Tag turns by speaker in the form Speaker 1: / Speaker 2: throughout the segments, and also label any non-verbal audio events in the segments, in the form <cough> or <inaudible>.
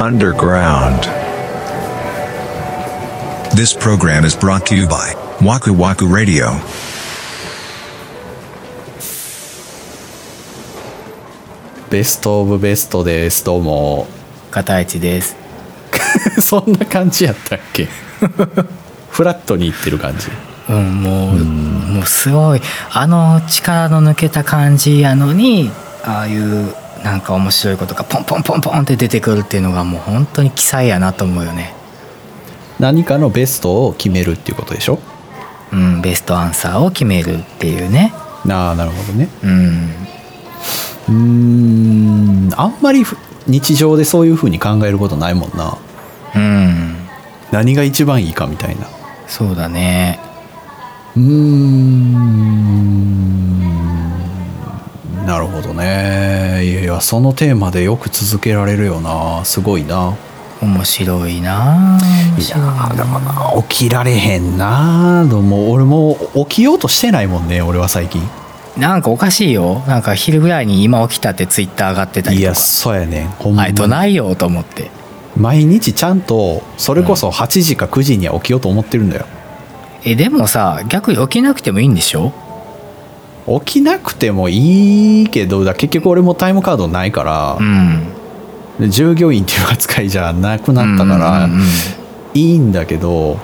Speaker 1: underground.
Speaker 2: This program is brought to you by Waku Waku Radio.
Speaker 3: ベストオブベストですどうも
Speaker 4: 片市です
Speaker 3: <laughs> そんな感じやったっけ <laughs> フラットにいってる感じ
Speaker 4: うんもうもうすごいあの力の抜けた感じやのにああいうなんか面白いことがポンポンポンポンって出てくるっていうのがもう本当に奇才やなと思うよね
Speaker 3: 何かのベストを決めるっていうことでしょ
Speaker 4: うんベストアンサーを決めるっていうね
Speaker 3: ああなるほどね
Speaker 4: うん
Speaker 3: うーんあんまりふ日常でそういうふうに考えることないもんな
Speaker 4: うん
Speaker 3: 何が一番いいかみたいな
Speaker 4: そうだね
Speaker 3: うーんなるほどねいやいやそのテーマでよく続けられるよなすごいな
Speaker 4: 面白いな面白いな
Speaker 3: でもな起きられへんなどうも俺も起きようとしてないもんね俺は最近
Speaker 4: なんかおかしいよなんか昼ぐらいに今起きたってツイッター上がってたり
Speaker 3: い
Speaker 4: と
Speaker 3: や
Speaker 4: か
Speaker 3: そうやねんほんま
Speaker 4: あ
Speaker 3: に
Speaker 4: えとないよと思って
Speaker 3: 毎日ちゃんとそれこそ8時か9時には起きようと思ってるんだよ
Speaker 4: えでもさ逆に起きなくてもいいんでしょ
Speaker 3: 起きなくてもいいけどだ結局俺もタイムカードないから
Speaker 4: う、ん
Speaker 3: で従業員っていう扱いじゃなくなったから、
Speaker 4: うんうんうん
Speaker 3: いいんだけど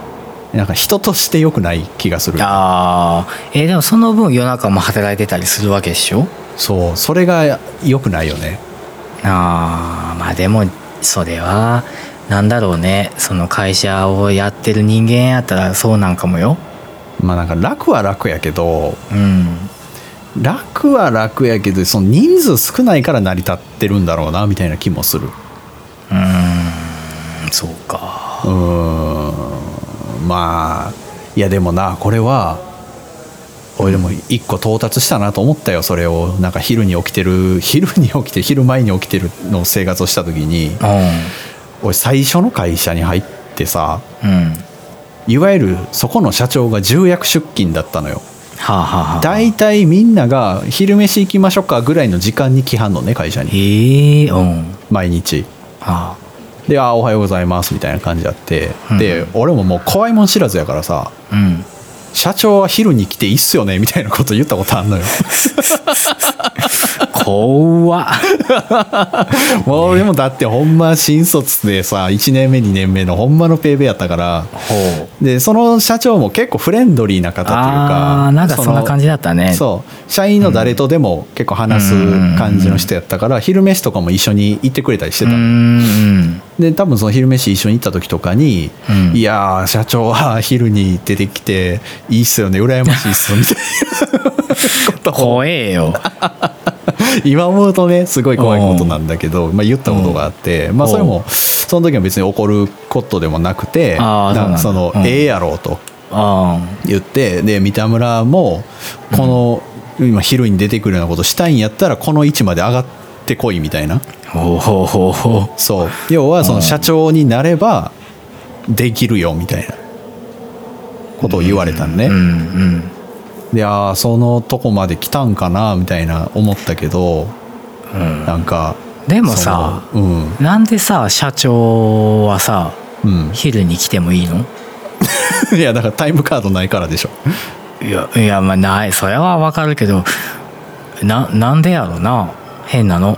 Speaker 3: なんか人として良くない気がする
Speaker 4: ああえーでもその分夜中も働いてたりするわけでしょ
Speaker 3: そうそれが良くないよね
Speaker 4: ああまあでもそれはなんだろうねその会社をやってる人間やったらそうなんかもよ
Speaker 3: まあなんか楽は楽やけど
Speaker 4: うん
Speaker 3: 楽は楽やけどその人数少ないから成り立ってるんだろうなみたいな気もするう
Speaker 4: うーんそうか
Speaker 3: ーんまあいやでもなこれは俺でも一個到達したなと思ったよそれをなんか昼に起きてる <laughs> 昼に起きて昼前に起きてるの生活をした時に
Speaker 4: う
Speaker 3: 俺最初の会社に入ってさ
Speaker 4: んうん
Speaker 3: いわゆるそこの社長が重役出勤だったのよ
Speaker 4: はあはあはあ
Speaker 3: 大体みんなが昼飯行きましょうかぐらいの時間に来はんのね会社に
Speaker 4: ええうん
Speaker 3: 毎日
Speaker 4: は
Speaker 3: で「あーおはようございます」みたいな感じやって、
Speaker 4: うん
Speaker 3: で俺ももう怖いもん知らずやからさ
Speaker 4: あ <laughs> うん
Speaker 3: 「社長は昼に来ていいっすよね」みたいなこと言ったことあ
Speaker 4: <laughs>
Speaker 3: んのよ
Speaker 4: 怖っ
Speaker 3: もう俺もだってほんま新卒でさ1年目2年目のほんまのペーペーやったから
Speaker 4: ほう
Speaker 3: でその社長も結構フレンドリーな方というか
Speaker 4: ああーなんかそんな感じだったね
Speaker 3: そう社員の誰とでも結構話す感じの人やったから、昼飯とかも一緒に行ってくれたりして
Speaker 4: う
Speaker 3: たの、
Speaker 4: <laughs> ん
Speaker 3: で多分その昼飯一緒に行った時とかに「
Speaker 4: うん
Speaker 3: いやー社長は昼に出てきていいっすよね羨ましいっす」み
Speaker 4: <laughs>
Speaker 3: たいなことを
Speaker 4: 怖えよ
Speaker 3: 今思うとねすごい怖いことなんだけど、まあ、言ったことがあって、まあ、それもその時は別に怒ることでもなくて
Speaker 4: あー
Speaker 3: なんかそ
Speaker 4: そ
Speaker 3: う
Speaker 4: なんだ
Speaker 3: の、
Speaker 4: うん
Speaker 3: ええやろうと。
Speaker 4: あ
Speaker 3: 言ってで三田村もこの、今昼に出てくるようなことしたいんやったらこの位置まで上がってこいみたいな
Speaker 4: あほうほうほうほう
Speaker 3: そう <laughs> 要はその社長になればできるよみたいなことを言われたんね、
Speaker 4: うん
Speaker 3: でああそのとこまで来たんかなみたいな思ったけど、
Speaker 4: うん
Speaker 3: なんか
Speaker 4: でもさ
Speaker 3: そのうん
Speaker 4: なんでさ社長はさ <laughs>
Speaker 3: うん、
Speaker 4: 昼に来てもいいの
Speaker 3: いやだからタイムカードないからでしょ
Speaker 4: いやいやまあないそれはわかるけどななんでやろな変なの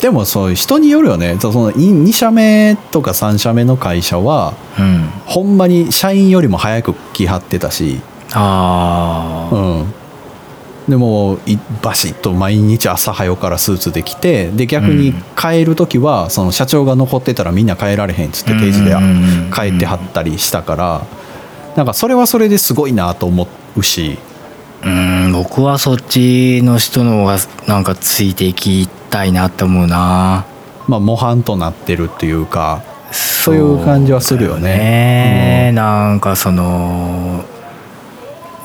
Speaker 3: でもそういう人によるよねその2社目とか3社目の会社は
Speaker 4: うん
Speaker 3: ほんまに社員よりも早く来はってたし、
Speaker 4: あ
Speaker 3: う
Speaker 4: あ
Speaker 3: ん、でもいバシッと毎日朝早からスーツで来てで逆に帰る時はその社長が残ってたらみんな帰られへんっつって定時で
Speaker 4: うん
Speaker 3: 帰ってはったりしたからなんかそれはそれですごいなと思うし
Speaker 4: うん僕はそっちの人の方がなんかついていきたいなって思うな
Speaker 3: まあ模範となってるっていうかそういう感じはするよ
Speaker 4: ねえ
Speaker 3: ね。
Speaker 4: なんかその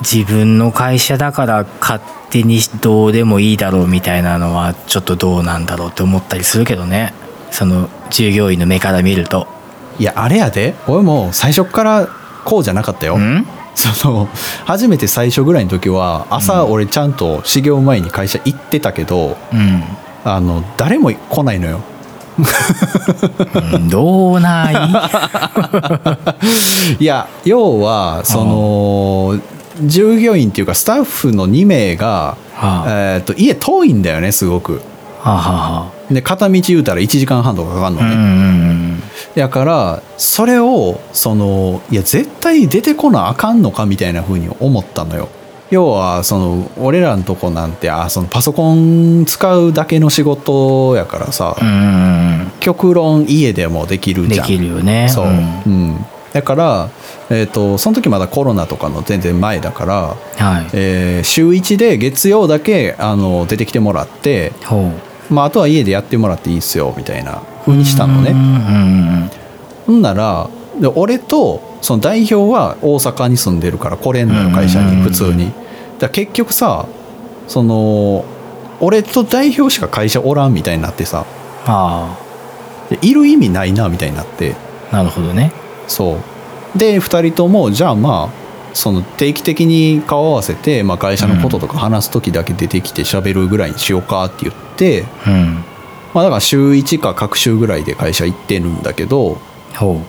Speaker 4: 自分の会社だから勝手にどうでもいいだろうみたいなのはちょっとどうなんだろうって思ったりするけどねその従業員の目から見ると
Speaker 3: うんいやあれやで俺も最初っからこうじゃなかったよ。
Speaker 4: うん
Speaker 3: その初めて最初ぐらいの時は朝俺ちゃんと始業前に会社行ってたけど、
Speaker 4: うん
Speaker 3: あの誰も来ないのよ
Speaker 4: うんどう <laughs> ない
Speaker 3: いや要はその従業員っていうかスタッフの2名が、
Speaker 4: はあ
Speaker 3: えー、と家遠いんだよねすごく
Speaker 4: はあは
Speaker 3: で片道言うたら1時間半とかかかるの
Speaker 4: あはあう
Speaker 3: ね、
Speaker 4: ん
Speaker 3: だからそれをそのいや絶対出てこなあかんのかみたいな風に思ったのよ要はその俺らのとこなんてあそのパソコン使うだけの仕事やからさ、
Speaker 4: うんうんうん
Speaker 3: 極論家でもでき
Speaker 4: う
Speaker 3: る
Speaker 4: んで
Speaker 3: じゃん
Speaker 4: きるよね
Speaker 3: そう、
Speaker 4: う
Speaker 3: うんんだから、えー、とその時まだコロナとかの全然前だから、
Speaker 4: はい
Speaker 3: えー週1で月曜だけあの出てきてもらって、
Speaker 4: ほう
Speaker 3: まあ、あとは家でやってもらっていいっすよみたいな風にしたのね、
Speaker 4: うんうんうん
Speaker 3: ほんならで俺とその代表は大阪に住んでるから来れんの
Speaker 4: うん
Speaker 3: よ会社
Speaker 4: うん
Speaker 3: に普通にだから結局さその俺と代表しか会社おらんみたいになってさ
Speaker 4: あ
Speaker 3: でいる意味ないなみたいになって
Speaker 4: あなるほどね
Speaker 3: そうで2人ともじゃあまあその定期的に顔合わせて、まあ、会社のこととか話す時だけ出てきて喋るぐらいにしようかって言って、
Speaker 4: うん
Speaker 3: まあ、だから週1か各週ぐらいで会社行ってるんだけど
Speaker 4: ほ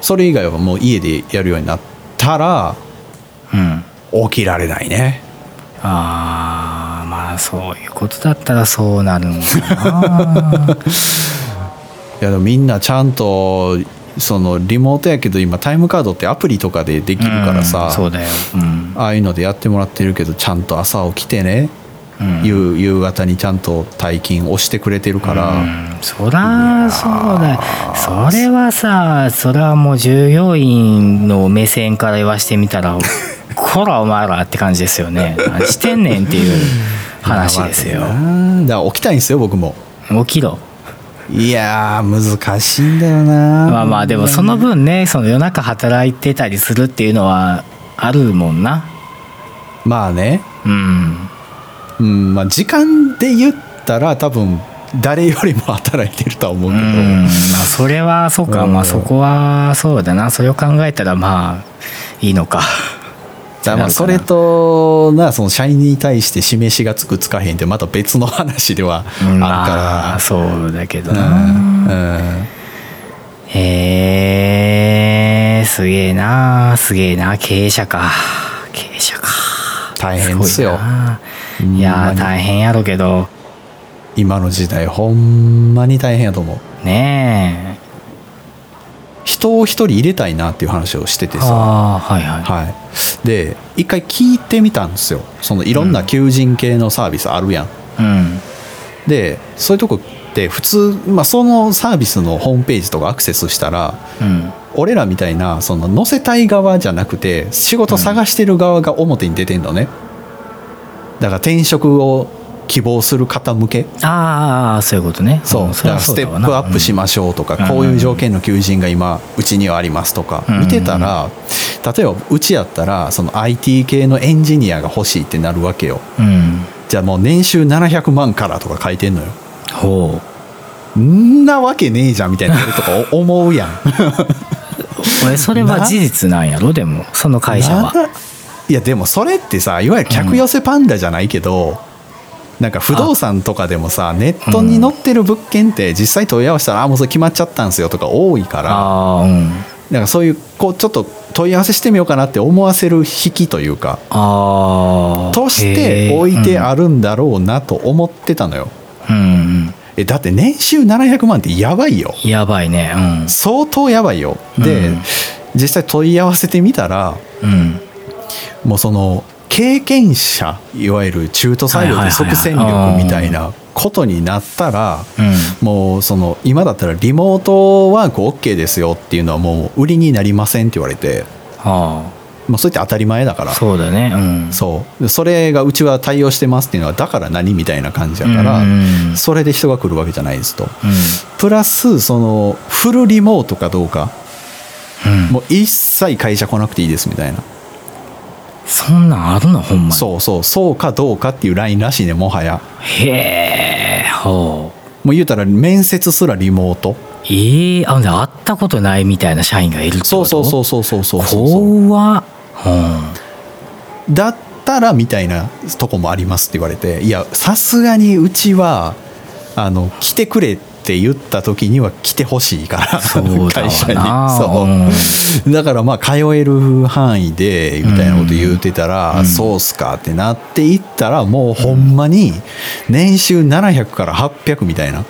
Speaker 3: それ以外はもう家でやるようになったら
Speaker 4: ううん
Speaker 3: 起きられないね
Speaker 4: ああまあそういうことだったらそうなるの
Speaker 3: <laughs>
Speaker 4: かな
Speaker 3: いやでもみんなちゃんとそのリモートやけど今タイムカードってアプリとかでできるからさ、
Speaker 4: うんそうだようん
Speaker 3: ああいうのでやってもらってるけどちゃんと朝起きてね、
Speaker 4: うん
Speaker 3: 夕夕方にちゃんと退勤をしてくれてるから、
Speaker 4: うんそらそうだよそれはさそれはもう従業員の目線から言わして
Speaker 3: <laughs>
Speaker 4: みたらこらお前らって感じですよね何してんねんっ
Speaker 3: <laughs>
Speaker 4: ていう話ですよ
Speaker 3: まあまあだから起きたいんですよ僕も
Speaker 4: 起きろ
Speaker 3: いやー難しいんだよな
Speaker 4: まあまあでもその分ねその夜中働いてたりするっていうのはあるもんな
Speaker 3: まあね
Speaker 4: うん
Speaker 3: うんまあ時間で言ったら多分誰よりも働いてるとは思う
Speaker 4: う
Speaker 3: けど、
Speaker 4: んまあそれはそうか、
Speaker 3: うん
Speaker 4: まあそこはそうだなそれを考えたらまあいいのか
Speaker 3: だからまあそれとなその社員に対して示しがつくつかへんってまた別の話では
Speaker 4: うんま
Speaker 3: あ
Speaker 4: あ
Speaker 3: る
Speaker 4: そうだけど
Speaker 3: から、う
Speaker 4: な、
Speaker 3: んうん
Speaker 4: へえすげえなすげえな経営者か経営者か
Speaker 3: 大変です
Speaker 4: ご
Speaker 3: よ
Speaker 4: いないやー大変やろうけど
Speaker 3: 今の時代ほんまに大変やと思う
Speaker 4: ねえ
Speaker 3: 人を一人入れたいなっていう話をしててさ、
Speaker 4: ああはいはい
Speaker 3: はい、で一回聞いてみたんですよそのいろんな求人系のサービスあるやん、
Speaker 4: うん
Speaker 3: でそういうとこって普通、まあ、そのサービスのホームページとかアクセスしたら
Speaker 4: うん
Speaker 3: 俺らみたいなその載せたい側じゃなくて仕事探してる側が表に出てんのね、だから転職を希望する方向け
Speaker 4: あーあーそういうことね
Speaker 3: そうだ
Speaker 4: ん
Speaker 3: からステップアップしましょうとか、
Speaker 4: うん
Speaker 3: こういう条件の求人が今うちにはありますとか、
Speaker 4: うん
Speaker 3: 見てたら例えばうちやったらその IT 系のエンジニアが欲しいってなるわけよ
Speaker 4: うん、うん
Speaker 3: じゃあもう年収700万からとか書いてんのよ
Speaker 4: ほうん
Speaker 3: なわけねえじゃんみたいなこととか思
Speaker 4: <laughs>
Speaker 3: うやん
Speaker 4: 俺それは事実なんやろでもその会社はい
Speaker 3: やでもそれってさいわゆる客寄せパンダじゃないけど、なんか不動産とかでもさネットに載ってる物件って実際問い合わせたら、あもうそれ決まっちゃったんですよとか多いから
Speaker 4: ああうん
Speaker 3: なんかそういうこうちょっと問い合わせしてみようかなって思わせる引きというか
Speaker 4: ああ
Speaker 3: として置いてあるんだろうなと思ってたのよ、
Speaker 4: うん、うん
Speaker 3: えだって年収700万ってやばいよ
Speaker 4: うんやばいねうん
Speaker 3: 相当やばいよで、
Speaker 4: うん
Speaker 3: 実際問い合わせてみたら
Speaker 4: うん、
Speaker 3: もうその経験者いわゆる中途採用で即戦力みたいなことになったら
Speaker 4: うん、
Speaker 3: もうその今だったらリモートワーク OK ですよっていうのはもう売りになりませんって言われて、
Speaker 4: あ
Speaker 3: まあ、それって当たり前だから
Speaker 4: あそうだねうん
Speaker 3: そうでそれがうちは対応してますっていうのはだから何みたいな感じやから、
Speaker 4: うん
Speaker 3: それで人が来るわけじゃないですと
Speaker 4: うん
Speaker 3: プラスそのフルリモートかどうか
Speaker 4: うん、
Speaker 3: もう一切会社来なくていいですみたいな、
Speaker 4: そんなんあるのほんまに
Speaker 3: そうそうそうかどうかっていうラインらしいねもはや
Speaker 4: へえほう
Speaker 3: もう言うたら面接すらリモート
Speaker 4: ええあんで会ったことないみたいな社員がいるってこと
Speaker 3: そうそうそううそうそうそうそう
Speaker 4: 怖っうん
Speaker 3: だったらみたいなとこもありますって言われていやさすがにうちはあの来てくれってって言った時には来てほしいから
Speaker 4: そうだわな
Speaker 3: 会社にそう、だからまあ通える範囲でみたいなこと言うてたら、そうっすかってなっていったらもうほんまに年収700から800みたいな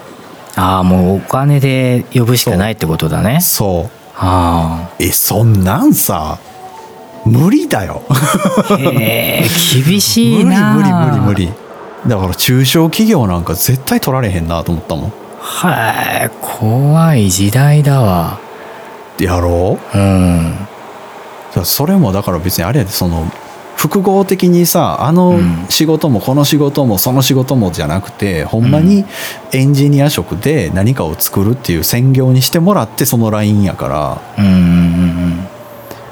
Speaker 4: ああもうお金で呼ぶしかないってことだね
Speaker 3: そう
Speaker 4: あ
Speaker 3: えそんなんさ無理だよ
Speaker 4: あへえ厳
Speaker 3: 無
Speaker 4: し
Speaker 3: 理 <laughs>
Speaker 4: い
Speaker 3: 無理
Speaker 4: な
Speaker 3: 無理無
Speaker 4: 理
Speaker 3: 理だから中小企業なんか絶対取られへんなと思ったもん
Speaker 4: はい怖い時代だわ
Speaker 3: やろう
Speaker 4: うん
Speaker 3: だからそれもだから別にあれやでその複合的にさあの
Speaker 4: ん
Speaker 3: 仕事もこの仕事もその仕事もじゃなくて、ほんまにエンジニア職で何かを作るっていう専業にしてもらってそのラインやから
Speaker 4: うんうん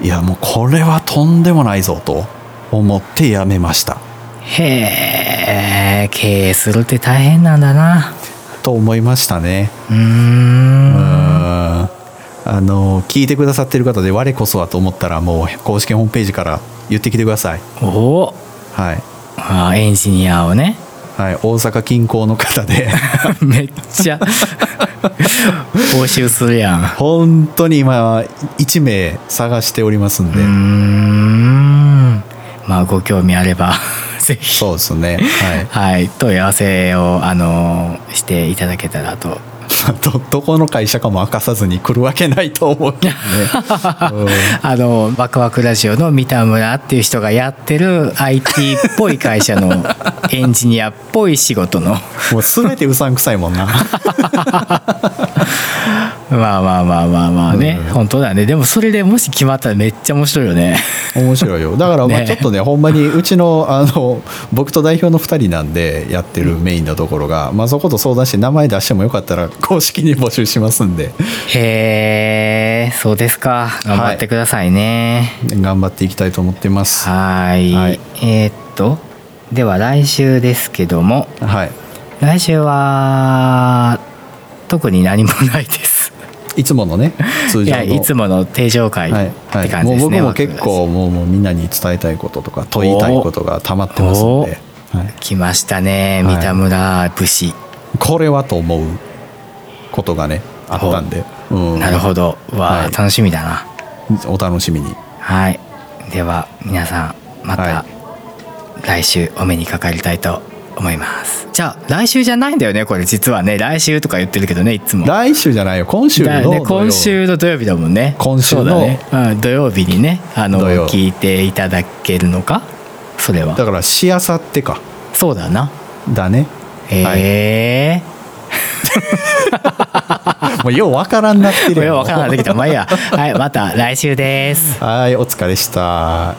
Speaker 3: いやもうこれはとんでもないぞと思ってやめました
Speaker 4: うんへえ経営するって大変なんだな
Speaker 3: と思いましたね
Speaker 4: うーん
Speaker 3: あの聞いてくださってる方で我こそはと思ったらもう公式ホームページから言ってきてください
Speaker 4: お
Speaker 3: はい、
Speaker 4: あーエンジニアをね <laughs>
Speaker 3: はい、大阪近郊の方で <laughs>
Speaker 4: めっちゃ報酬するやん
Speaker 3: 本当に今1名探しておりますんで、
Speaker 4: うーんまあご興味あれば <laughs> ぜひ
Speaker 3: そうですねは
Speaker 4: はい問い合わせをあのしていただけたらと
Speaker 3: い <laughs> どどこの会社かも明かさずに来るわけないと思うけどね
Speaker 4: あのワクワクラジオの三田村っていう人がやってる IT っぽい会社のエンジニアっぽい仕事の
Speaker 3: もう全てうさんくさいもんな
Speaker 4: まあまあまあまあまあね、
Speaker 3: うん
Speaker 4: 本当だねでもそれでもし決まったらめっちゃ面白いよね
Speaker 3: 面白いよだからまあ
Speaker 4: ね
Speaker 3: ちょっとねほんまにうちのあの僕と代表の2人なんでやってるメインのところが、まあ、そこと相談して名前出してもよかったら公式に募集しますんで
Speaker 4: へえそうですか頑張ってくださいね、
Speaker 3: 頑張っていきたいと思ってますは
Speaker 4: はい
Speaker 3: はい
Speaker 4: えーっとでは来週ですけども
Speaker 3: い、
Speaker 4: 来週は特に何もないです
Speaker 3: い、つものね通
Speaker 4: い
Speaker 3: 常の
Speaker 4: やいつもの定常会
Speaker 3: はい
Speaker 4: っ
Speaker 3: は
Speaker 4: て
Speaker 3: い
Speaker 4: 感
Speaker 3: もう
Speaker 4: じです
Speaker 3: 僕
Speaker 4: ね、
Speaker 3: も結構もうもうみんなに伝えたいこととか問いたいことが溜まってますん
Speaker 4: お
Speaker 3: で、はい、
Speaker 4: 来ましたね
Speaker 3: はい
Speaker 4: 三田村武士、
Speaker 3: これはと思うことがねあったんで、うん、
Speaker 4: なるほどわあ、
Speaker 3: はい
Speaker 4: 楽しみだな
Speaker 3: お楽しみに
Speaker 4: はいでは皆さんまた
Speaker 3: は
Speaker 4: 来週お目にかかりたいと思います、じゃあ来週じゃないんだよねこれ実はね来週とか言ってるけどねいつも
Speaker 3: 来週じゃないよ今週
Speaker 4: だ
Speaker 3: の
Speaker 4: よ
Speaker 3: 土
Speaker 4: ね
Speaker 3: 曜
Speaker 4: 今週の土曜日だもんね
Speaker 3: 今週の
Speaker 4: そうだねうん、土曜日にねあの
Speaker 3: 土曜
Speaker 4: 聞いていただけるのかそれは
Speaker 3: だからしあさってか
Speaker 4: そうだな
Speaker 3: だね
Speaker 4: へえ
Speaker 3: もうようわからんなって
Speaker 4: こ
Speaker 3: る
Speaker 4: れ
Speaker 3: <laughs> よ
Speaker 4: は分からなくなってきたまあいいやはいまた来週です
Speaker 3: はいお疲れした